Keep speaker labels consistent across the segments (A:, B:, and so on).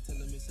A: hands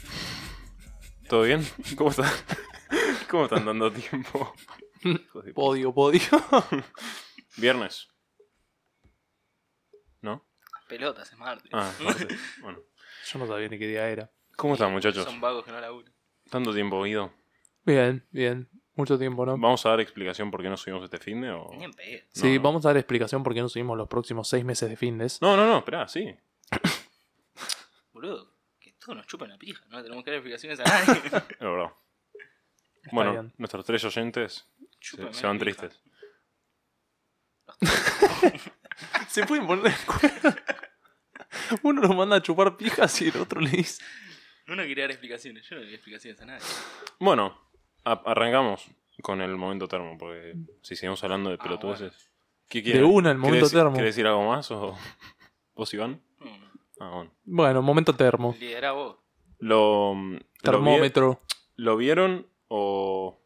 B: ¿Todo bien? ¿Cómo está? ¿Cómo están dando tiempo? Hijos de-
C: Podio, podio.
B: Viernes. ¿No?
D: Pelotas, es martes.
B: Ah, martes. bueno.
C: Yo no sabía ni qué día era.
B: ¿Cómo están, muchachos?
D: Son vagos que no laburan.
B: Tanto tiempo ido.
C: Bien, bien. Mucho tiempo, ¿no?
B: ¿Vamos a dar explicación por qué no subimos este fin de o.?
D: Ni en pedo.
C: Sí,
B: no.
C: vamos a dar explicación por qué no subimos los próximos seis meses de findes.
B: No, no, no, esperá, sí.
D: Boludo, que todos nos chupan la pija. No le tenemos que dar explicaciones a nadie.
B: Es verdad. Bueno,
C: bien.
B: nuestros tres oyentes
D: Chúpame
B: se, se
D: la
B: van
D: pija.
B: tristes.
C: Se pueden poner de acuerdo. Uno lo manda a chupar pijas y el otro le dice.
D: Uno quiere dar explicaciones, yo no le doy explicaciones a nadie.
B: Bueno, a- arrancamos con el momento termo, porque si seguimos hablando de
D: Ah,
B: pelotudeces.
D: bueno.
B: ¿Qué quieres?
C: De una, el momento
B: ¿Querés-
C: termo.
B: ¿Querés decir algo más o.? ¿Vos, Iván?
D: Mm,
B: Ah, bueno.
C: Bueno, momento termo.
D: Liderá vos.
B: Lo. lo vi-
C: Termómetro.
B: ¿Lo vieron o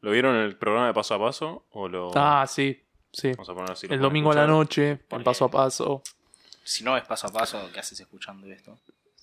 B: lo vieron en el programa de paso a paso o lo
C: Ah, sí, sí.
B: vamos a poner así? lo
C: El
B: pueden
C: domingo a la
B: escuchar?
C: noche, en paso a paso,
D: Si no es paso a paso, ¿qué haces escuchando esto?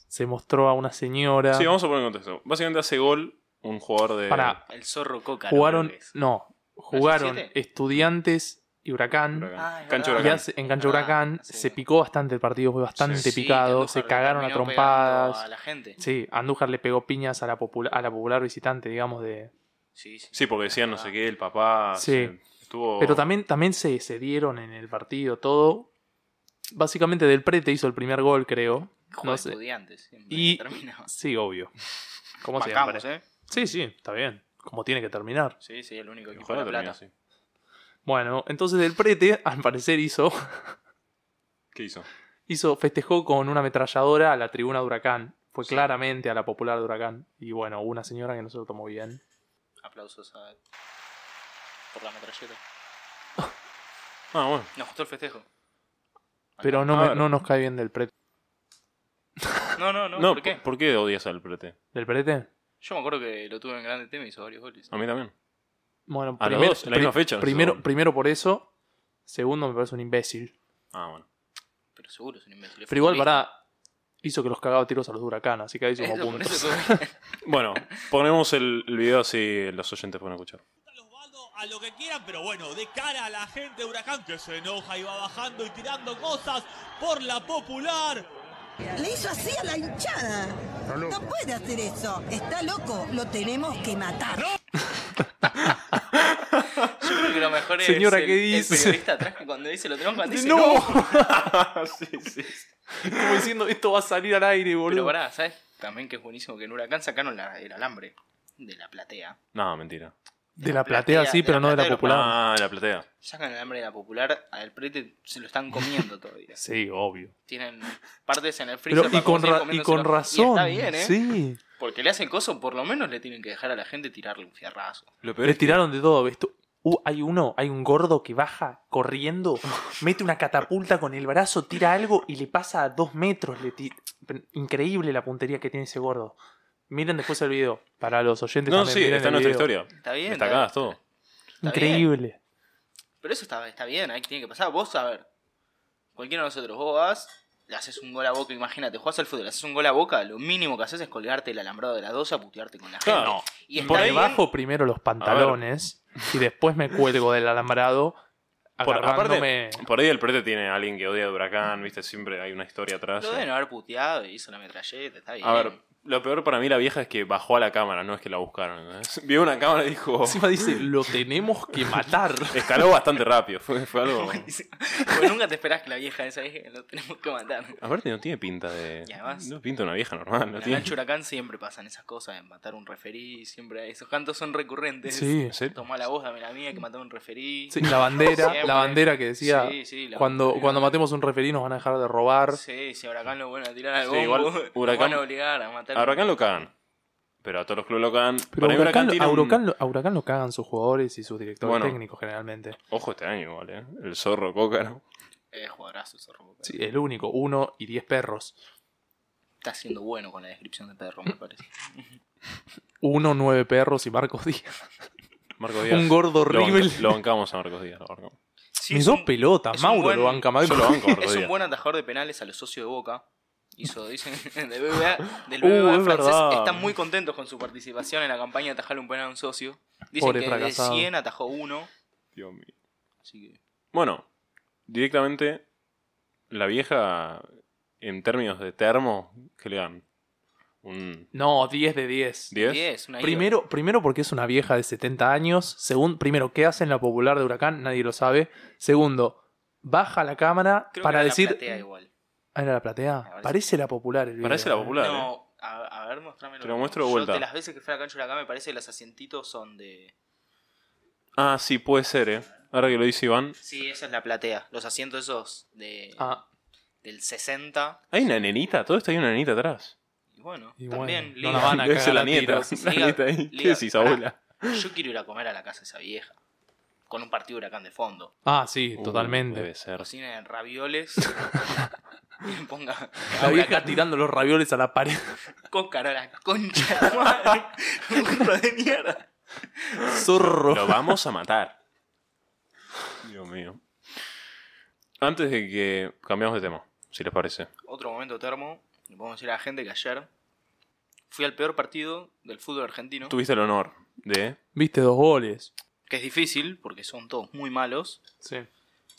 C: se mostró a una señora.
B: Sí, vamos a poner en contexto. Básicamente hace gol un jugador de
C: Pará.
D: El zorro coca. ¿no?
C: Jugaron,
D: Creo que es.
C: no, jugaron
D: ¿17?
C: estudiantes y huracán.
B: Huracán.
D: Ah, es
B: Cancha
D: verdad.
C: Y
B: Huracán.
C: hace- en cancha
D: Ah,
C: huracán
D: sí.
C: se picó bastante el partido, fue bastante
B: Sí,
C: picado,
D: Andújar
C: se
D: le
C: cagaron a
D: terminó pegando
C: trompadas.
D: A la gente.
C: Sí, Andújar le pegó piñas a la, popula- a la popular visitante, digamos, de,
D: Sí, sí.
B: Sí, porque decían no sé qué, el papá
C: Sí.
B: se-
D: Oh.
B: estuvo
C: Pero también, también se, se dieron en el partido todo. Básicamente del prete hizo el primer gol, creo.
D: Como
C: No sé.
D: estudiantes. siempre
C: Y-
D: terminamos.
C: Sí, obvio. Como
D: Bancamos,
C: siempre.
D: ¿eh?
C: Sí, sí, está bien. Como tiene que terminar.
D: Sí, sí, el único equipo
B: Ojalá
D: de la
B: termine
D: plata.
B: así.
C: Bueno, entonces del prete, al parecer, hizo,
B: ¿Qué hizo?
C: hizo, festejó con una ametralladora a la tribuna de Huracán. Fue
D: Sí.
C: claramente a la popular de Huracán. Y bueno, hubo una señora que no se lo tomó bien.
D: Aplausos a... por la metralleta.
B: Ah, bueno.
D: Nos gustó el festejo.
C: Pero no,
B: A
C: me-
B: ver.
C: no nos cae bien del prete.
D: No, no, no,
B: No,
D: ¿por qué?
B: odias al prete?
C: ¿Del prete?
D: Yo me acuerdo que lo tuve en grande tema y hizo varios goles.
B: A mí también.
C: Bueno,
B: A los
C: primer-
B: dos, en la misma fecha, no se
C: Primero,
B: tomó.
C: primero por eso. Segundo, me parece un imbécil.
B: Ah, bueno.
D: Pero seguro es un imbécil.
C: Pero igual, pará, hizo que los cagaba a tiros a los de Huracán, así que ahí sumó
D: Eso, por
C: puntos.
D: eso tuve-
B: Bueno, ponemos el, el video así los oyentes pueden escuchar.
E: los baldos a lo que quieran, pero bueno, de cara a la gente de Huracán que se enoja y va bajando y tirando cosas por la popular.
F: Le hizo así a la hinchada. No puede hacer eso. Está loco. Lo tenemos que matar.
D: Yo creo que lo mejor es
C: Señora,
D: el,
C: ¿qué dice?
D: el periodista atrás que cuando dice lo tenemos cuando dice
C: ¡No!
D: no.
B: sí, sí.
C: Como diciendo, esto va a salir al aire,
D: Pero
C: boludo.
D: pará, ¿sabes? También que es buenísimo que en Huracán sacaron la- el alambre de la platea.
B: No, mentira.
C: de la platea,
D: platea,
C: sí,
D: de
C: pero
D: la
C: no de la
D: platea de los
C: popular.
B: Ah, la platea.
D: Sacan el alambre de la popular, al prete se lo están comiendo todavía.
C: Sí, obvio.
D: Tienen partes en el freezer
C: Pero, y,
D: para
C: con
D: como
C: ra-
D: seguir
C: y con razón.
D: comiéndoselo. Y está bien, ¿eh?
C: Sí.
D: Porque le hacen coso, por lo menos le tienen que dejar a la gente tirarle un fierrazo.
B: Lo peor
C: Le
B: es que
C: tiraron de todo, esto. Uh, hay uno, hay un gordo que baja corriendo, mete una catapulta con el brazo, tira algo y le pasa a dos metros. le ti- Increíble la puntería que tiene ese gordo. Miren después el video. Para los oyentes
B: No,
C: también,
B: sí,
C: miren
B: está en
C: el
B: nuestra
C: video.
B: historia.
D: Está bien. eh.
B: Destacadas
D: está-
B: todo.
D: Está bien.
C: Increíble.
D: Pero eso está, está bien, ahí tiene que pasar. Vos, a ver, cualquiera de nosotros, vos vas, le haces un gol a boca, imagínate, jugás al fútbol, le haces un gol a boca, lo mínimo que haces es colgarte el alambrado de la 12 a putearte con la gente.
B: Claro.
D: Y está
C: Por
D: bien,
C: ahí bajo primero los pantalones y después me cuelgo del alambrado
B: Por-
C: agarrándome...
B: aparte, por ahí el prete tiene a alguien que odia de Huracán, viste, siempre hay una historia atrás.
D: Lo deben haber puteado y hizo la metralleta, está bien.
B: A ver, lo peor para mí la vieja es que bajó a la cámara, no es que la buscaron. ¿entendés? Vio una cámara y dijo.
C: Encima dice, lo tenemos que matar.
B: Escaló bastante rápido, fue, fue algo.
D: Porque Pues nunca te esperás que la vieja esa vieja lo tenemos que matar.
B: Aparte, no tiene pinta de.
D: Y además-
B: No pinta una vieja normal,
D: En
B: no
D: la
B: tiene.
D: cancha huracán siempre pasan esas cosas, de matar un referí, siempre esos cantos son recurrentes.
C: Sí.
B: ¿En serio?
D: Tomá la voz, dame la mía, que matar un referí.
C: Sí, la bandera,
D: Siempre.
C: la bandera que decía,
D: Sí, sí, la
C: cuando,
D: bandera.
C: cuando matemos un referí nos van a dejar de robar.
D: Sí, si a Huracán lo vuelven a tirar al
B: Sí,
D: bombo,
B: igual,
D: lo
B: Huracán-
D: van a obligar a matar.
B: A Huracán lo cagan. Pero a todos los clubes lo cagan.
C: Pero
B: Para mí
C: Huracán,
B: tiene
C: a,
B: un-
C: Huracán, lo- a Huracán lo cagan sus jugadores y sus directores
B: Bueno.
C: técnicos generalmente.
B: Ojo este año, ¿vale? ¿eh? El zorro cócaro.
D: Es eh, jugadorazo el zorro. Boca.
C: Sí, el único, uno y diez perros.
D: Está siendo bueno con la descripción de perro, me parece.
C: Uno, nueve perros y Marcos Díaz.
B: Marcos Díaz.
C: Un
B: Lo
C: gordo
B: banca-
C: horrible.
B: Lo, bancamos a Marcos Díaz. Lo bancamos.
D: Sí,
C: Mis
D: es
C: dos
D: un-
C: pelotas.
D: es un
C: Mauro
D: buen-
C: lo banca más.
B: Yo lo banco a Marcos
D: Es un
B: Díaz.
D: buen atajador de penales a los socios de Boca. Hizo, dicen, del BBA, del
B: Uh,
D: BBVA
B: es
D: francés.
B: verdad.
D: Están muy contentos con su participación en la campaña de atajarle un penal a un socio. Dicen
C: Pobre
D: que
C: fracasado.
D: de 100 atajó uno.
B: Dios mío.
D: Así que
B: Bueno, directamente la vieja, en términos de termo, ¿qué le dan? ¿Un
C: No, 10 de 10.
B: 10?
D: 10, una
C: Primero, primero porque es una vieja de 70 años. Segundo, primero, ¿qué hace en la popular de Huracán? Nadie lo sabe. Segundo, baja la cámara
D: ídola. Creo
C: para
D: que era la
C: decir...
D: platea igual.
C: Ah, era la platea.
D: parece-
C: Parece la popular el video,
B: Parece la
C: ¿eh?
B: popular. ¿eh?
D: no, a, a ver, mostrame
B: Te lo muestro de vuelta.
D: de las veces que fui a la cancha de acá me parece que los asientitos son de.
B: Ah, sí, puede ser, ¿eh? Ahora que lo dice Iván.
D: Sí, esa es la platea. Los asientos esos de,
C: Ah,
D: del 60.
B: Hay una nenita, todo esto hay una nenita atrás.
D: Y bueno,
C: y bueno,
D: también.
C: no
D: liga.
C: la van a
B: Debe ser
C: cagar
B: la
C: a
B: nieta.
C: tiros. Ah.
B: La
D: Liga-
B: nieta ahí. ¿Qué
D: Liga-
B: decís,
D: pará.
B: abuela?
D: Yo quiero ir a comer a la casa de esa vieja. Con un partido de huracán de fondo.
C: Ah, sí,
B: Uh,
C: totalmente.
B: debe ser.
D: Cocina de ravioles. y me ponga.
C: La vieja tirando los ravioles a la pared.
D: Cócara, la concha de la madre. Burro de mierda.
C: Zorro.
B: Lo vamos a matar. Dios mío. Antes de que cambiamos de tema, si les parece.
D: Otro momento termo. Le podemos decir a la gente que ayer fui al peor partido del fútbol argentino.
B: Tuviste el honor de...
C: Viste dos goles.
D: Que es difícil porque son todos muy malos.
C: Sí.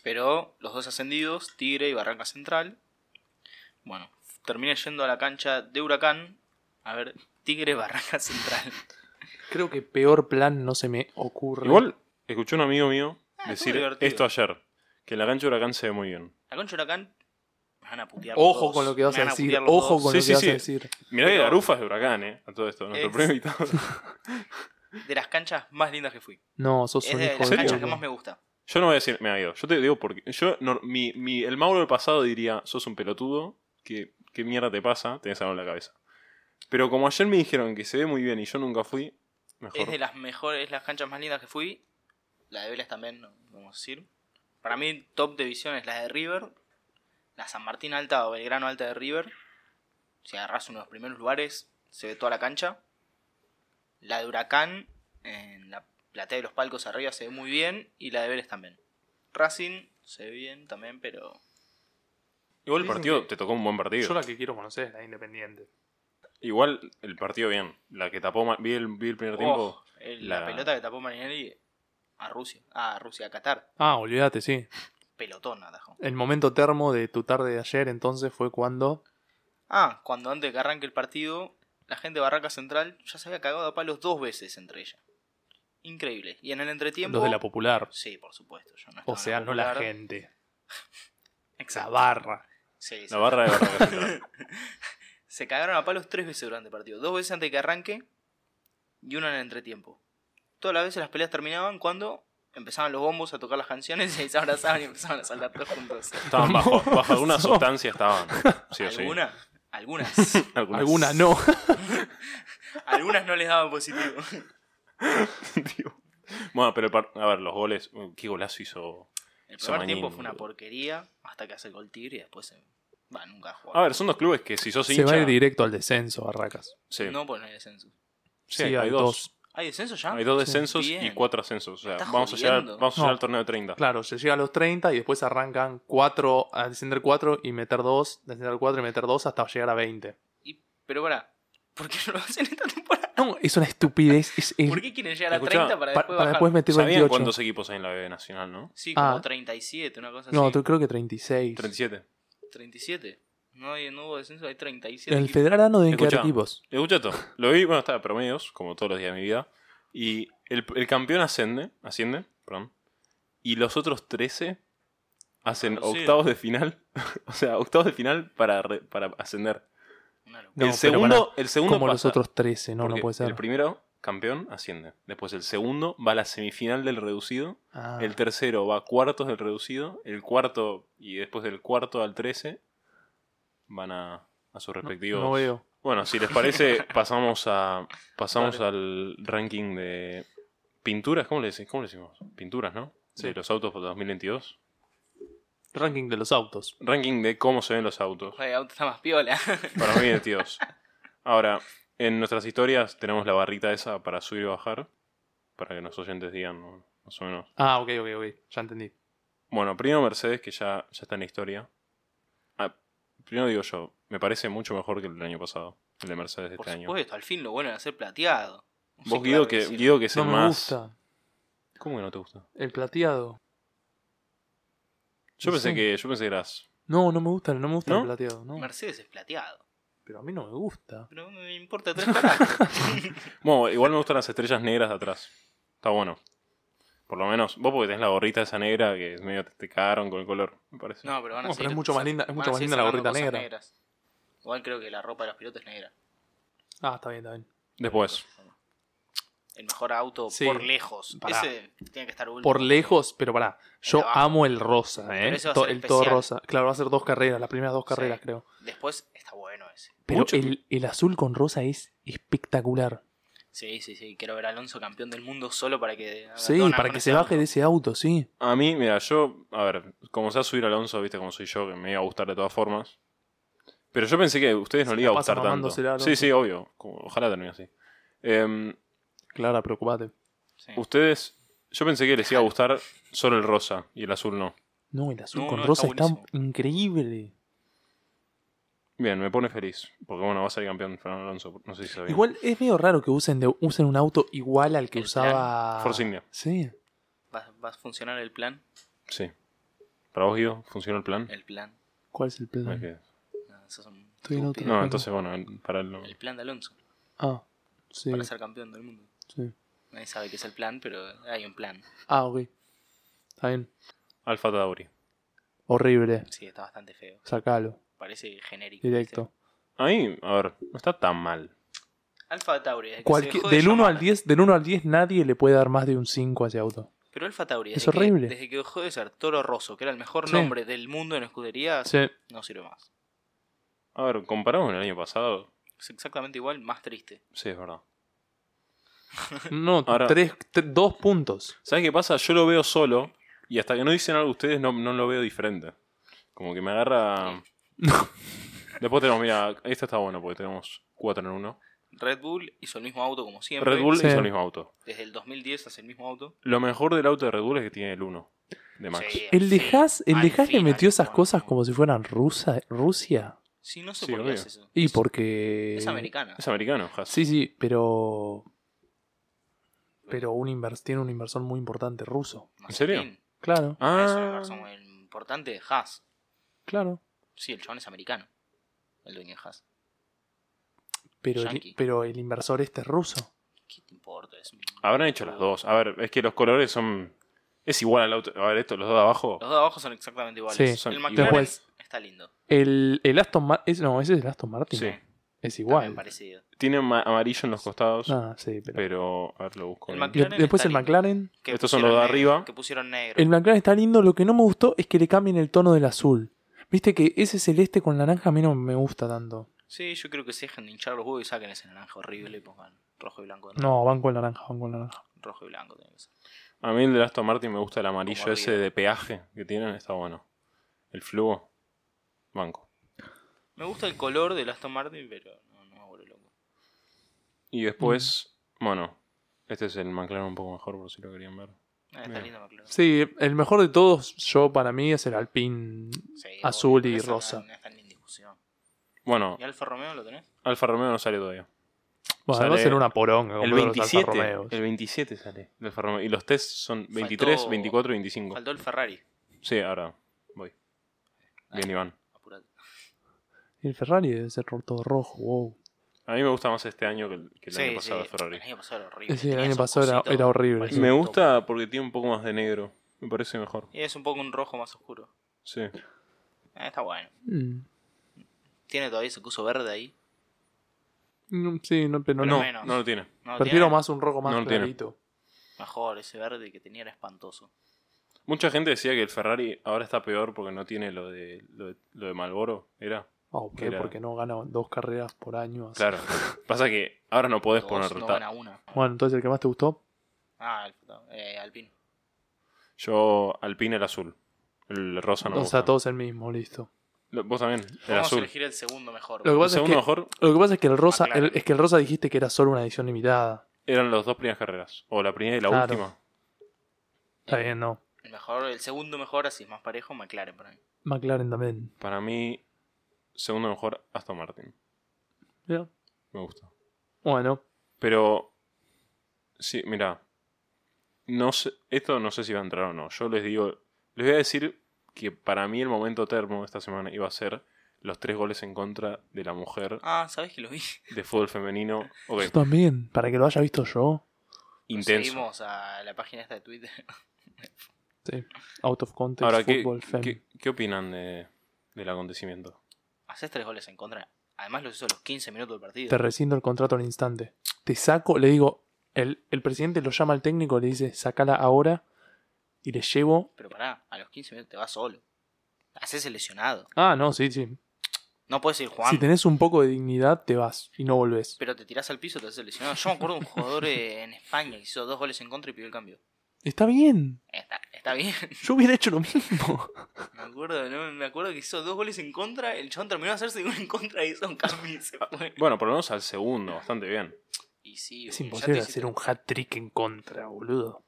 D: Pero los dos ascendidos, Tigre y Barranca Central. Bueno, terminé yendo a la cancha de Huracán. A ver, Tigre, Barranca Central.
C: Creo que peor plan no se me ocurre.
B: Igual, escuché a un amigo mío
D: Ah,
B: decir
D: estuvo divertido.
B: esto ayer. Que en la cancha de Huracán se ve muy bien.
D: La concha de Huracán me van a putear. los
C: Ojo
D: dos,
C: con lo que vas
D: me
C: a
D: van
C: decir.
D: putear los
C: Ojo
D: dos.
C: con
B: Sí,
C: lo que
B: sí,
C: vas
B: sí.
C: a decir.
B: Mirá que
D: Pero-
B: Garufa es de Huracán, ¿eh? A todo esto, nuestro
D: Es-
B: primer invitado.
D: De las canchas más lindas que fui.
C: No, sos
D: Es
C: un
D: de
C: hijo
D: las
B: cancha
C: de
D: canchas
C: puta.
D: que más me gusta.
B: Yo no voy a decir, me ha ido. Yo te digo porque. Yo, no- mi, mi- el Mauro del pasado diría, sos un pelotudo, que, ¿qué mierda te pasa? Tenés algo en la cabeza. Pero como ayer me dijeron que se ve muy bien y yo nunca fui, mejor.
D: Es de las mejores, es las canchas más lindas que fui. La de Vélez también, no- vamos a decir. Para mí, top de visión es la de River. La San Martín Alta o Belgrano Alta de River. Si agarras uno de los primeros lugares, se ve toda la cancha. La de Huracán, en la platea de los palcos arriba, se ve muy bien. Y la de Vélez también. Racing, se ve bien también, pero...
B: Igual el
C: Dicen
B: partido,
C: que-
B: te tocó un buen partido.
C: Yo la que quiero conocer es la independiente.
B: Igual el partido bien. La que tapó, Ma- vi el, vi el primer tiempo.
D: Oh, el- la...
B: la-
D: pelota que tapó Marinelli a Rusia. Ah, a Rusia, a Qatar.
C: Ah, olvídate, sí.
D: Pelotón atajó.
C: El momento termo de tu tarde de ayer entonces fue cuando.
D: Ah, cuando antes de que arranque el partido, la gente de Barraca Central ya se había cagado a palos dos veces entre ellas. Increíble. Y en el entretiempo.
C: Los de la popular.
D: Sí, por supuesto. Yo no estaba
C: O
D: en
C: sea, no la
D: Ah, popular.
C: gente. La
D: Exacto.
C: barra.
D: Sí, sí.
B: La barra de Barraca Central.
D: Se cagaron a palos tres veces durante el partido. Dos veces antes de que arranque y una en el entretiempo. Todas las veces las peleas terminaban cuando empezaban los bombos a tocar las canciones y ahí se abrazaban y empezaban a saltar todos juntos.
B: Estaban bajo, bajo alguna sustancia, estaban. Sí o sí.
D: ¿Alguna? Algunas.
B: Algunas.
C: Alguna no.
D: Algunas no les daban positivo.
B: Digo. bueno, pero el par- a ver, los goles. uh, ¿Qué golazo hizo?
D: El primer
B: Samanín,
D: tiempo fue una
B: boludo.
D: porquería hasta que hace el gol Tigre y después se... va, nunca jugó.
B: A ver, son dos clubes que si sos
C: Se
B: hincha.
C: va a ir directo al descenso, Barracas.
B: sí.
D: No, pues no hay descenso.
B: Sí, hay, dos.
D: ¿Hay descenso ya?
B: Hay dos descensos
D: Bien.
B: y cuatro ascensos. O sea,
D: Estás
B: vamos a, llegar,
D: jodiendo.
B: vamos a
C: Ah, No.
B: llegar al torneo de 30.
C: Claro, se llega a los 30 y después arrancan 4, a descender 4 y meter 2, descender 4 y meter 2 hasta llegar a 20.
D: Y- pero pará, ¿por qué no lo hacen esta temporada?
C: No, es una estupidez. Es, es-
D: ¿Por qué quieren llegar a
B: Escuchá,
D: 30
C: pa-
D: para
C: para,
D: después bajar?
C: después meter
B: ¿Sabían
C: 28.
B: cuántos equipos hay en la B Nacional, no?
D: Sí, como
C: Ah.
D: 37, una cosa
C: No,
D: así.
C: tú creo que 36.
B: 37.
D: 37. No, hay, no hubo descenso, hay 37.
C: El
D: equipos.
C: Federarano deben
B: Escuchá.
C: quedar equipos.
B: Escucha esto. Lo vi, bueno, estaba promedios, como todos los días de mi vida. Y el, el campeón asciende, asciende, perdón. Y los otros 13 hacen
D: Claro, sí.
B: octavos de final. o sea, octavos de final para, re- para ascender.
D: Una locura.
C: No,
B: el
C: pero
B: segundo, el segundo
C: Como los
B: pasa,
C: otros 13, no, no
B: porque
C: puede ser.
B: El primero, campeón, asciende. Después el segundo va a la semifinal del reducido.
C: Ah,
B: El tercero va a cuartos del reducido. El cuarto, y después del cuarto al 13, van a, a sus
C: no-
B: respectivos.
C: No veo.
B: Bueno, si les parece, pasamos a pasamos al ranking de pinturas. ¿Cómo le, decimos? ¿Cómo le decimos? Pinturas, ¿no?
C: Sí.
B: De los autos por 2022.
C: Ranking de los autos.
B: Ranking de cómo se ven los autos.
D: Joder, auto está más piola.
B: Para 2022. Ahora, en nuestras historias tenemos la barrita esa para subir y bajar. Para que los oyentes digan, ¿no? más o menos.
C: Ah, ok, ok, ok. Ya entendí.
B: Bueno, primero Mercedes, que ya, ya está en la historia. Ah, primero digo yo, me parece mucho mejor que el del año pasado. El de Mercedes de
D: Por
B: este año.
D: supuesto, al fin lo vuelven a hacer plateado. No sé
B: Vos,
D: qué
B: Guido,
D: va a
B: que,
D: decir.
B: Guido, que es
C: no
B: el
C: me
B: más.
C: gusta.
B: ¿Cómo que no te gusta?
C: El plateado.
B: Yo
C: No
B: pensé
C: sé.
B: que, yo pensé que eras.
C: No, no me gusta, no me gusta
B: ¿No?
C: el plateado. No.
D: Mercedes es plateado.
C: Pero a mí no me gusta.
D: Pero me importa tres carajos.
B: Bueno, igual me gustan las estrellas negras de atrás. Está bueno. Por lo menos, vos porque tenés la gorrita esa negra que medio te, te cagaron con el color, me parece.
D: No, pero van a
C: No, pero
D: seguir-
C: es mucho más linda- es
D: van
C: mucho
D: a
C: más
D: seguir
C: linda la
D: sacando
C: gorrita
D: cosas
C: negra.
D: negras. Igual creo que la ropa de los pilotos es negra.
C: Ah, está bien, está bien.
B: Después,
D: El mejor auto
C: Pues. Sí.
D: por lejos.
C: Pará.
D: Ese tiene que estar último.
C: Por lejos, pero pará. Yo
D: abajo.
C: amo el rosa, ¿eh?
D: Pero ese va a
C: To-
D: ser
C: el todo
D: especial.
C: rosa. Claro, va a ser dos carreras, las primeras dos carreras,
D: Sí.
C: creo.
D: Después está bueno ese.
C: Pero
B: Mucho.
C: el, el azul con rosa es espectacular.
D: Sí, sí, sí. Quiero ver a Alonso campeón del mundo solo para que. haga
C: Sí,
D: donas
C: para
D: con
C: que
D: ese
C: se baje
D: auto.
C: de ese auto, sí.
B: a mí, mira, yo, a ver, como se va a subir Alonso, viste como soy yo, que me iba a gustar de todas formas. Pero yo pensé que a ustedes no
C: Se
B: le iba a
C: la pasa
B: gustar tanto.
C: mamándosela a
B: Sí,
C: Alonso.
B: sí, obvio. Como- Ojalá termine así. Em,
C: Clara, preocupate.
D: Sí.
B: ustedes, yo pensé que les iba a gustar solo el rosa y el azul no.
C: No, el azul
D: No,
C: con
D: no,
C: rosa
D: está
C: está,
D: buenísimo.
C: increíble.
B: Bien, me pone feliz. Porque bueno, va a ser campeón Fernando Alonso. No sé si sabía.
C: Igual es medio raro que usen, de, usen un auto igual al que
D: El
C: usaba.
B: Force India.
C: Sí.
D: ¿Va, va a funcionar el plan?
B: Sí. ¿Para vos, Guido? ¿Funciona el plan?
D: El plan.
C: ¿Cuál es el
B: No,
C: plan?
B: es que-
D: No, sos un
C: Estoy en
D: estúpido.
C: otra.
B: no, entonces bueno, para él no.
D: El plan de Alonso.
C: Ah, sí,
D: Para ser campeón del mundo.
C: sí.
D: Nadie sabe qué es el plan, pero hay un plan.
C: Ah, ok. Está bien.
B: Alfa Tauri.
C: Horrible.
D: Sí, está bastante feo.
C: Sacalo.
D: Parece genérico.
C: Directo.
B: Ahí, a ver, no está tan mal.
D: Alfa Tauri. desde que se
C: Cualquier-
D: dejó de
C: del 1
D: llamar-
C: al 10, del 1 al 10 nadie le puede dar más de un 5 a ese auto.
D: Pero Alfa Tauri,
C: Es
D: desde que-
C: horrible.
D: desde que dejó de ser Toro Rosso, que era el mejor
C: Sí.
D: nombre del mundo en escuderías,
C: Sí.
D: no sirve más.
B: A ver, comparado con el año pasado,
D: Es exactamente igual, más triste.
B: sí, es verdad.
C: No,
B: Ahora-
C: tres, tre- dos puntos.
B: ¿Sabes qué pasa? Yo lo veo solo y hasta que no dicen algo ustedes no, no lo veo diferente. Como que me agarra... Después tenemos, mira, este está bueno porque tenemos 4 en 1.
D: Red Bull hizo el mismo auto como siempre.
B: Red Bull
C: Sí.
B: hizo el mismo auto.
D: Desde el 2010 hace el mismo auto.
B: Lo mejor del auto de Red Bull es que tiene el 1 de Max.
D: Sí,
C: El de
D: sí,
C: Haas, el
D: al
C: de Haas le
D: fin,
C: metió
D: al
C: esas
D: fin.
C: cosas como si fueran rusa, Rusia.
D: Sí, no sé
B: Sí,
D: por qué
B: obvio.
D: hace eso.
C: Y
D: Es-
C: porque.
D: Es americana.
B: Es americano, Haas.
C: Sí, sí, pero. Pero un invers- tiene un inversor muy importante ruso.
B: ¿En serio?
D: Mazepin.
C: Claro,
B: Ah,
D: Es una persona muy importante de Haas.
C: claro.
D: Sí, el chabón es americano. El dueño de Haas.
C: Pero
D: Yankee.
C: el, pero el inversor este es ruso.
D: ¿Qué te importa? Es un-
B: Habrán hecho las dos. A ver, es que los colores son. Es igual al auto. A ver, esto, los dos de abajo.
D: Los dos de abajo son exactamente
C: Sí.
D: iguales.
B: Son
D: el McLaren
C: Después,
D: está lindo.
C: el, el Aston Martin. No, ese es el Aston Martin.
B: Sí.
C: Es
D: También
C: igual.
D: parecido.
B: Tiene ma- amarillo en los costados.
C: Ah, sí, pero.
B: Pero. A ver, lo busco.
D: El
B: bien.
C: Y de-
D: McLaren
C: después
D: está
C: el
D: lindo.
C: Mclaren.
D: Que
B: Estos son los
D: pusieron
B: de
D: negro,
B: arriba.
D: Que pusieron negro.
C: El McLaren está lindo, lo que no me gustó es que le cambien el tono del azul. Viste que ese celeste con naranja a mí no me gusta tanto.
D: Sí, yo creo que se dejen de hinchar los huevos y saquen ese naranja horrible y pongan rojo y blanco. ¿no?
C: No, van con naranja, van con naranja.
D: Rojo y blanco tiene que ser.
B: A mí el de Aston Martin me gusta el amarillo
D: Como
B: ese
D: arriba.
B: de peaje que tienen. Está bueno. El fluo. Banco.
D: Me gusta el color del Aston Martin, pero no, no me vuelve loco.
B: Y después. Bueno. Este es el McLaren un poco mejor por si lo querían ver.
D: Ah, está
B: Bien.
D: lindo McLaren.
C: Sí, el mejor de todos, yo para mí, es el Alpine.
D: Sí,
C: Azul
D: obvio,
C: y
D: eso no-
C: rosa.
D: No, está ni en discusión.
B: Bueno,
D: ¿Y Alfa Romeo lo tenés?
B: Alfa Romeo no sale todavía.
C: Bueno,
B: Sale
C: va a ser una poronga.
B: El
C: comprar los Alfa
B: 27.
C: Romeos.
B: El 27 sale. El Alfa Romeo. Y los test son 23,
D: Faltó-
B: 24 y 25.
D: Faltó el Ferrari. Ah,
B: Sí, ahora voy. Bien, Iván.
D: Apurate.
C: El Ferrari debe ser todo rojo, wow.
B: A mí me gusta más este año que el, que el
D: Sí,
B: año pasado
D: sí,
B: Ferrari.
D: El año pasado era horrible.
C: Sí, el
D: tenía
C: año
D: esos
C: pasado era-
D: cositos.
C: era horrible.
D: Parecía
B: Me
D: un
B: gusta porque tiene un poco más de negro. Me parece mejor.
D: topo. Y es un poco un rojo más oscuro.
B: Sí.
D: Ah, está bueno.
C: Mm.
D: Tiene todavía ese curso verde ahí.
C: No, Sí, no, pero
B: No,
C: no.
D: menos.
B: no lo tiene.
D: No,
C: Prefiero
D: tiene-
C: más un rojo más
B: No lo tiene.
C: clarito.
D: Mejor, ese verde que tenía era espantoso.
B: Mucha gente decía que el Ferrari ahora está peor porque no tiene lo de, lo de, lo de Malboro. Era.
C: Ah, Ok,
B: Era-
C: porque no gana dos carreras por año. así.
B: Claro. Pasa que ahora no podés
D: Dos,
B: poner.
D: no
B: ta-
D: gana una.
C: Bueno, entonces el que más te gustó,
D: Ah, el puto- eh, Alpine.
B: Yo alpine el azul. El rosa no. me
C: o sea,
B: gusta.
C: todos el mismo, listo.
B: Lo- Vos también, el
D: Vamos a
B: azul.
D: elegir el segundo mejor.
C: Lo que
B: El
C: pasa es
B: segundo
C: que,
B: mejor
C: lo que, pasa es que el
B: Ah,
C: rosa,
D: McLaren.
C: el- es que el rosa dijiste que era solo una edición limitada.
B: eran las dos primeras carreras. O la primera y la
C: Claro.
B: última.
C: Está bien, no.
D: El mejor, el segundo mejor, así es más parejo, McLaren para mí.
C: McLaren también.
B: Para mí, segundo mejor Aston Martin.
C: Mira.
B: Me gusta.
C: Bueno,
B: Pero. Sí, mira. No sé, esto no sé si va a entrar o no. Yo les digo. Les voy a decir que para mí el momento termo de esta semana iba a ser los tres goles en contra de la mujer
D: Ah, ¿sabes que lo vi?
B: de fútbol femenino. Ok,
C: yo también, para que lo haya visto yo.
B: intenso.
D: Seguimos a la página esta de Twitter.
C: Sí. Out of context,
B: Ahora, ¿qué,
C: fútbol, fem.
B: qué, qué opinan de, del acontecimiento?
D: Haces tres goles en contra. Además los hizo a los 15 minutos del partido.
C: Te rescindo el contrato al instante. Te saco, le digo, el, el presidente lo llama al técnico, le dice, sacala ahora y le llevo.
D: Pero pará, a los 15 minutos te vas solo. Haces el lesionado.
C: Ah, no, sí, sí.
D: No puedes ir jugando.
C: Si tenés un poco de dignidad, te vas y no volvés.
D: Pero te tirás al piso, te haces lesionado. Yo me acuerdo de un jugador eh, en España que hizo dos goles en contra y pidió el cambio.
C: Está bien.
D: Está, está bien.
C: Yo hubiera hecho lo mismo.
D: Me acuerdo, ¿no? me acuerdo que hizo dos goles en contra. El chabón terminó de hacerse uno en contra y hizo un cambio y se
C: Ah,
D: fue.
B: Bueno, por lo menos al segundo, bastante bien.
D: Y sí,
C: Es
D: boludo, ya
C: imposible
D: te hiciste-
C: hacer un hat-trick en contra, boludo.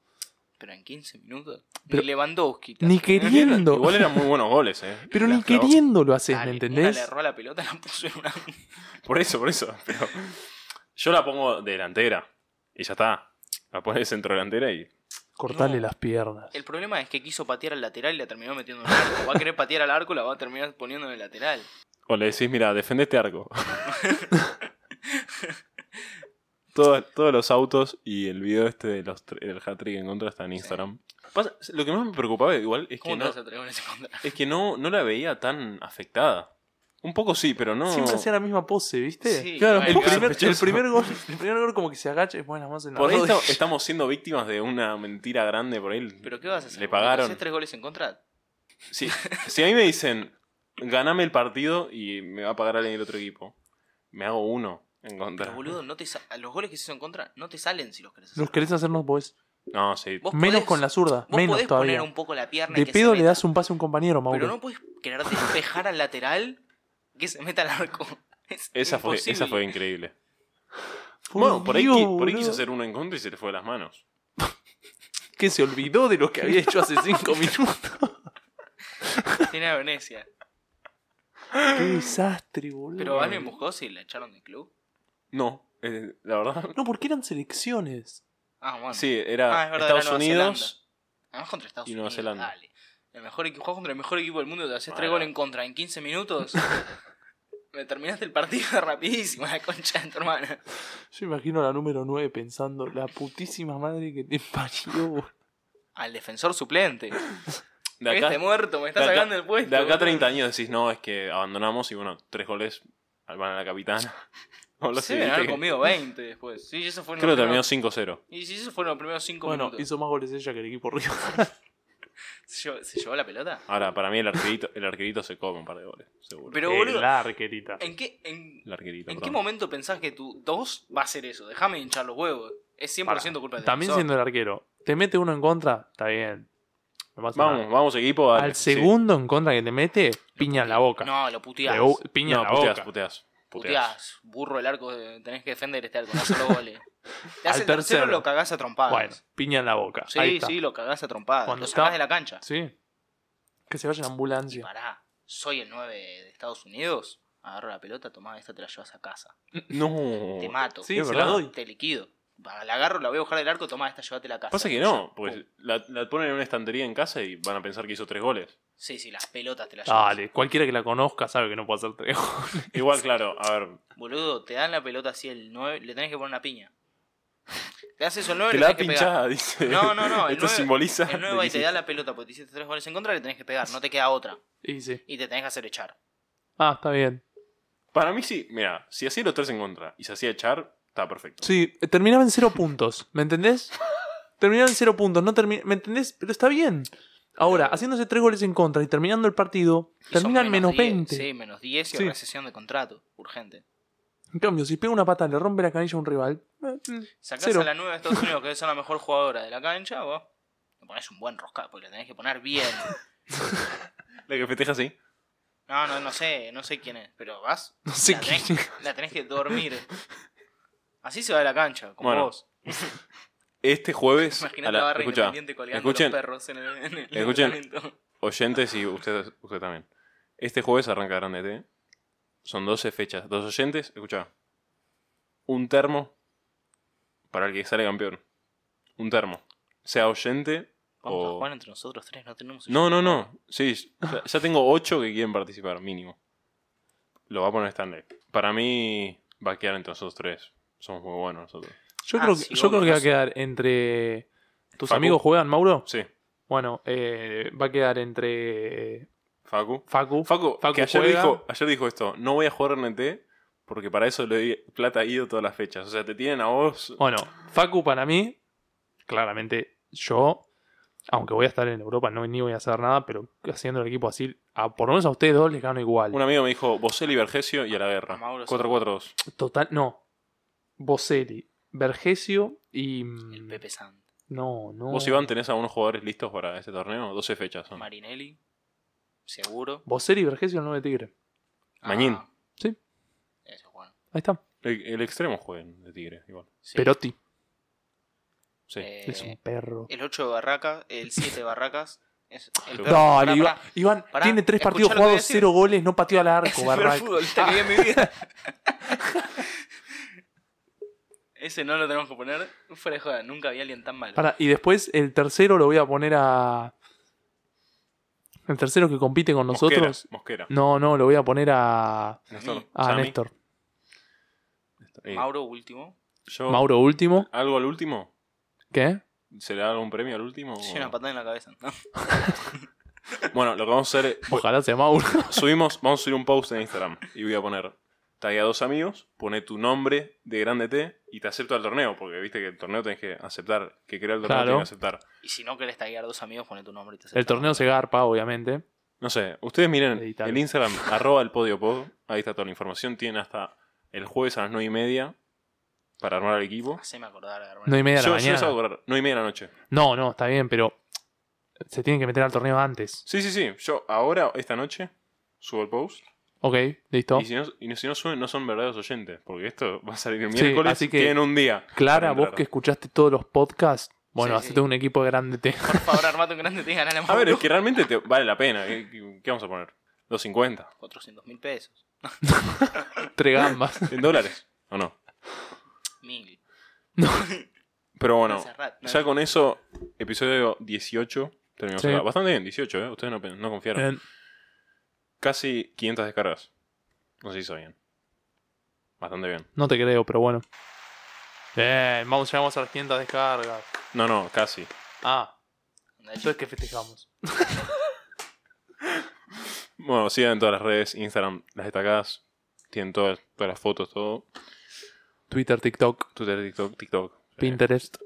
D: Pero en 15 minutos.
C: Pero-
D: ni Lewandowski.
C: Ni queriendo.
B: Igual eran muy bunos goles, ¿eh?
C: Pero
B: Las
C: ni
B: clavó.
C: queriendo lo haces,
D: Dale,
C: ¿me
D: una Le
C: entendés?
D: erró la pelota, la puso en una.
B: Por eso, por eso. Pero yo la pongo delantera y ya está. La pones centro delantera y.
C: Cortale
D: No.
C: las piernas.
D: El problema es que quiso patear al lateral y la terminó metiendo en el arco. Va a querer patear al arco y la va a terminar poniendo en el lateral.
B: O le decís, mira, defende este arco. Todos, todos los autos y el video este de los tre- del hat-trick en contra está en Instagram. Pasa- lo que más me preocupaba igual es que
D: ¿Cómo te
B: no,
D: vas a traer goles en contra?
B: es que no, no la veía tan afectada. Un poco sí, pero no.
C: Siempre hacía la misma pose, ¿viste?
D: Sí,
B: claro,
C: El
D: bueno,
B: poco
C: primer, el,
B: sospechoso.
C: primer gol, el primer gol como que se agacha y pone las manos en la
B: Por ahí
C: rodilla.
B: esta- estamos siendo víctimas de una mentira grande por él.
D: ¿Pero qué vas a hacer?
B: Le
D: boludo?
B: pagaron.
D: ¿Haces tres goles en contra?
B: Si, si a mí me dicen, ganame el partido y me va a pagar alguien del otro equipo, me hago uno en contra.
D: Pero boludo, no te sa- a los goles que se hizo en contra no te salen si los querés hacer.
C: Los querés hacernos vos.
B: No, sí.
D: Vos
C: Menos
D: podés-
C: con la zurda.
D: Vos
C: menos
D: podés
C: todavía.
D: poner un poco la pierna y
C: De
D: que
C: pedo
D: se
C: le
D: meta,
C: das un pase a un compañero, Mauro.
D: Pero no puedes querer despejar al lateral que se meta al arco. Es
B: Esa fue,
D: imposible.
B: esa fue increíble.
C: Por
B: bueno, por, ahí,
C: Dios,
B: qui- por ahí
C: boludo.
B: quiso hacer uno en contra y se le fue de las manos.
C: Que se olvidó de lo que había hecho hace cinco minutos.
D: Tiene a Venecia.
C: Qué desastre, boludo.
D: Pero
B: Mm.
D: alguien buscó si la echaron del club.
B: No, eh, la verdad.
C: No, porque eran selecciones.
D: Ah, bueno.
B: Sí, era
D: Ah, es verdad,
B: Estados
D: era Nueva
B: Unidos.
D: Además contra Estados
B: Y Nueva
D: Unidos.
B: Zelanda.
D: Dale. El mejor equipo, jugás contra el mejor equipo del mundo, te haces tres
B: Bueno.
D: goles en contra en 15 minutos. Me terminaste el partido rapidísimo, la concha de tu hermana.
C: Yo imagino a la número 9 pensando, la putísima madre que te parió. boludo.
D: Al defensor suplente.
B: De
D: este
B: acá,
D: muerto, me está
B: de acá-
D: sacando el puesto.
B: de acá
D: boludo.
B: 30 años decís, no, es que abandonamos y bueno, tres goles van a la capitana. O lo
D: Se
B: sé,
D: deben haber
B: viste que-
D: comido 20 después. Sí, eso fue en
B: Creo
D: los
B: que terminó
D: primeros-
B: 5-0.
D: Y si eso fueron los primeros 5
C: Bueno,
D: minutos.
C: hizo más goles ella que el equipo Río.
D: ¿Se, llevó, se llevó la pelota?
B: Ahora, para mí el arquerito, el arquerito se come un par de goles, seguro.
D: Pero boludo,
C: La arquerita.
D: ¿en qué, en,
B: el arquerito,
D: en qué
B: perdón.
D: momento pensás que tu 2 va a ser eso? Déjame hinchar los huevos. Es 100% culpa de
C: También siendo el arquero. Te mete uno en contra, está bien. No pasa
B: Vamos,
C: nada.
B: vamos equipo. dale,
C: Al
B: sí.
C: segundo en contra que te mete, piña en la boca.
D: No, lo puteás.
C: Le bo- piña
B: No,
C: en la
B: puteas,
C: boca.
B: puteas, puteas.
D: Puteás, burro el arco, eh, tenés que defender este arco, no solo goles. Te
C: Al
D: hace el tercero
C: tercero.
D: lo cagás a trompadas.
C: Bueno, piña en la boca. Ahí
D: sí,
C: está.
D: sí, lo cagás a trompadas.
C: Cuando
D: lo sacás
C: está-
D: de la cancha.
C: Sí. Que se vaya en
D: Y
C: ambulancia.
D: pará, soy el 9 de Estados Unidos. Agarro la pelota, tomá esta, te la llevas a casa.
B: No.
D: Te mato.
C: Oh. Sí,
B: es
C: se
B: verdad.
C: la doy.
D: Te liquido. Va, La agarro, la voy a buscar del arco, tomá esta, llévatela a casa.
B: Pasa que no, pues la, la ponen en una estantería en casa y van a pensar que hizo tres goles.
D: Sí, sí, las pelotas te las llevas.
C: Dale, cualquiera que la conozca sabe que no puede hacer tres goles.
B: Igual, claro, a ver.
D: Boludo, te dan la pelota así el 9, le tenés que poner una piña. Te haces el 9,
B: Te
D: le
B: la da
D: tenés que
B: pinchada,
D: pegar.
B: dice.
D: No, no, no, el
B: Esto
D: nueve-
B: simboliza.
D: El
B: de
D: 9 va
B: que
D: y te da la pelota porque te hiciste tres goles en contra, le tenés que pegar, no te queda otra.
C: Y sí.
D: Y te tenés que hacer echar.
C: Ah, está bien.
B: hiciste. Para mí sí, mira, si hacía los tres en contra y se hacía echar, está perfecto.
C: Sí, eh, terminaba en cero puntos, ¿me entendés? Terminaba en cero puntos, no termi- ¿me entendés? Pero está bien. Ahora, haciéndose tres goles en contra y terminando el partido,
D: Y son
C: terminan menos,
D: 10,
C: 20.
D: Sí, menos 10 y
C: Sí.
D: recesión de contrato. Urgente.
C: En cambio, si pega una pata, le rompe la canilla a un rival. eh, mm,
D: Sacás
C: Cero.
D: a la 9 de Estados Unidos, que es la mejor jugadora de la cancha, vos le ponés un buen roscado, porque le tenés que poner bien.
B: La que festeja así.
D: No, no, no sé, no sé quién es, pero vas.
C: No sé
D: la, tenés,
C: quién
D: la tenés que dormir. Así se va de la cancha, como
B: Bueno,
D: vos.
B: Este jueves.
D: Imaginate
B: a
D: la,
B: la-
D: barra
B: escuchá,
D: independiente colgando
B: escuchen,
D: los perros en el, en el
B: escuchen.
D: departamento.
B: oyentes y ustedes usted también. Este jueves arranca Grande T. Son 12 fechas. Dos oyentes, escucha. Un termo para el que sale campeón. Un termo. Sea oyente
D: Vamos a
B: o.
D: jugar entre nosotros tres, no tenemos.
B: No, no, no. Sí, ya, ya tengo 8 que quieren participar, mínimo. Lo va a poner Stanley. Para mí va a quedar entre nosotros tres. Somos muy buenos nosotros.
C: Yo,
D: Ah,
C: creo,
D: sí,
C: que- yo creo
D: obvio,
C: que va
D: no
C: a
D: sé.
C: quedar entre. ¿Tus
B: Facu.
C: amigos juegan, Mauro?
B: Sí,
C: Bueno, eh, va a quedar entre.
B: Facu.
C: Facu.
B: Facu,
C: Facu
B: que ayer
C: juega.
B: dijo, ayer dijo esto, no voy a jugar RNT porque para eso le doy plata a Ido todas las fechas. O sea, te tienen a vos.
C: Bueno, Facu para mí, claramente yo, aunque voy a estar en Europa, no ni voy a hacer nada, pero haciendo el equipo así, a, por lo menos a ustedes dos les gano igual.
B: Un amigo me dijo, Boselli, Vergesio y a la guerra.
D: Mauro
B: 4-4-2.
C: Total, no. Boselli, Vergesio y. mm,
D: El Pepe Sant,
C: No,
D: Ah.
C: no.
B: ¿Vos, Iván, tenés a unos jugadores listos para este torneo? 12 fechas son.
D: Marinelli, seguro.
C: Boselli, Vergesio, el 9 Tigre.
B: Mañín.
D: Ah,
C: Sí.
D: Eso es bueno.
C: Ahí está.
B: El, el extremo jueguen de Tigre, igual.
D: Sí.
C: Perotti.
B: Sí.
D: Eh,
C: Es un perro.
D: El 8 de Barracas, el 7 de Barracas. Es el
B: Dale,
D: peor- Pará,
C: Dale, Iván.
D: pará.
C: Iván
D: Pará,
C: tiene tres
D: escuchá
C: partidos
D: lo que voy a
C: jugados,
D: decir.
C: cero goles, no pateó al
D: Es
C: arco,
D: el peor
C: Barraca.
D: futbolista que vi en mi vida. Ese no lo tenemos que poner. Fuera de joda, nunca vi a alguien tan malo.
C: Pará, y después el tercero lo voy a poner a. El tercero que compite con
B: Mosquera,
C: nosotros.
B: Mosquera.
C: No, no, lo voy a poner a.
B: Néstor.
C: A
B: Sami.
C: Néstor.
B: Eh,
D: Mauro último.
B: yo-
C: Mauro último.
B: ¿Algo al último?
C: ¿Qué?
B: ¿Se le da algún premio al último?
D: Sí,
B: O-
D: una patada en la cabeza. ¿no?
B: Bueno, lo que vamos a hacer es...
C: Ojalá sea Mauro.
B: subimos, vamos a subir un post en Instagram y voy a poner tag a dos amigos, pone tu nombre de grande T y te acepto al torneo, porque viste que el torneo tenés que aceptar, que crea el torneo
C: Claro.
B: tenés que aceptar.
D: Y si no querés taguear dos amigos, poné tu nombre y te
C: El
D: aceptamos.
C: torneo se garpa, obviamente.
B: No sé, ustedes miren
C: Editalo.
B: el Instagram, arroba el podio pod, ahí está toda la información, tienen hasta el jueves a las 9 y media para armar el equipo.
D: Haceme acordar a
C: No y media de
B: Yo,
C: la
B: yo les hago
C: mañana.
B: acordar, 9 y media de la noche.
C: No, no, está bien, pero se tienen que meter al torneo antes.
B: Sí, sí, sí, yo ahora, esta noche, subo el post.
C: Ok, listo.
B: Y si no, y si no suben, no son verdaderos oyentes, porque esto va a salir el
C: Sí,
B: miércoles,
C: así que-
B: tienen un día.
C: Clara,
B: para
C: vos
B: entrar.
C: que escuchaste todos los podcasts, bueno,
D: Sí,
C: hacete
D: sí.
C: un equipo grande. T.
D: Por favor, armate un grande y te ganan la
B: A ver,
D: Mauro.
B: es que realmente te vale la pena. ¿Qué, qué- qué vamos a poner? 250.
D: 400 mil pesos.
C: Tres gambas.
B: ¿En dólares? ¿O no?
D: Mil.
B: Pero bueno,
D: No, cerrá, no.
B: ya con eso, episodio 18. Terminamos
C: Sí.
B: acá. Bastante bien, 18, ¿eh? Ustedes no, pe- no confiaron.
C: Eh,
B: Casi 500 descargas. No sé si hizo bien. Bastante bien.
C: no te creo, pero bueno. Bien, vamos, llegamos a las 500 descargas.
B: No, no, casi.
C: Ah,
D: Andá,
C: entonces que festejamos.
B: Bueno, sigan en todas las redes, Instagram, las destacadas. Tienen todas, todas las fotos, todo.
C: Twitter, TikTok,
B: Twitter, TikTok, eh, TikTok.
C: Pinterest.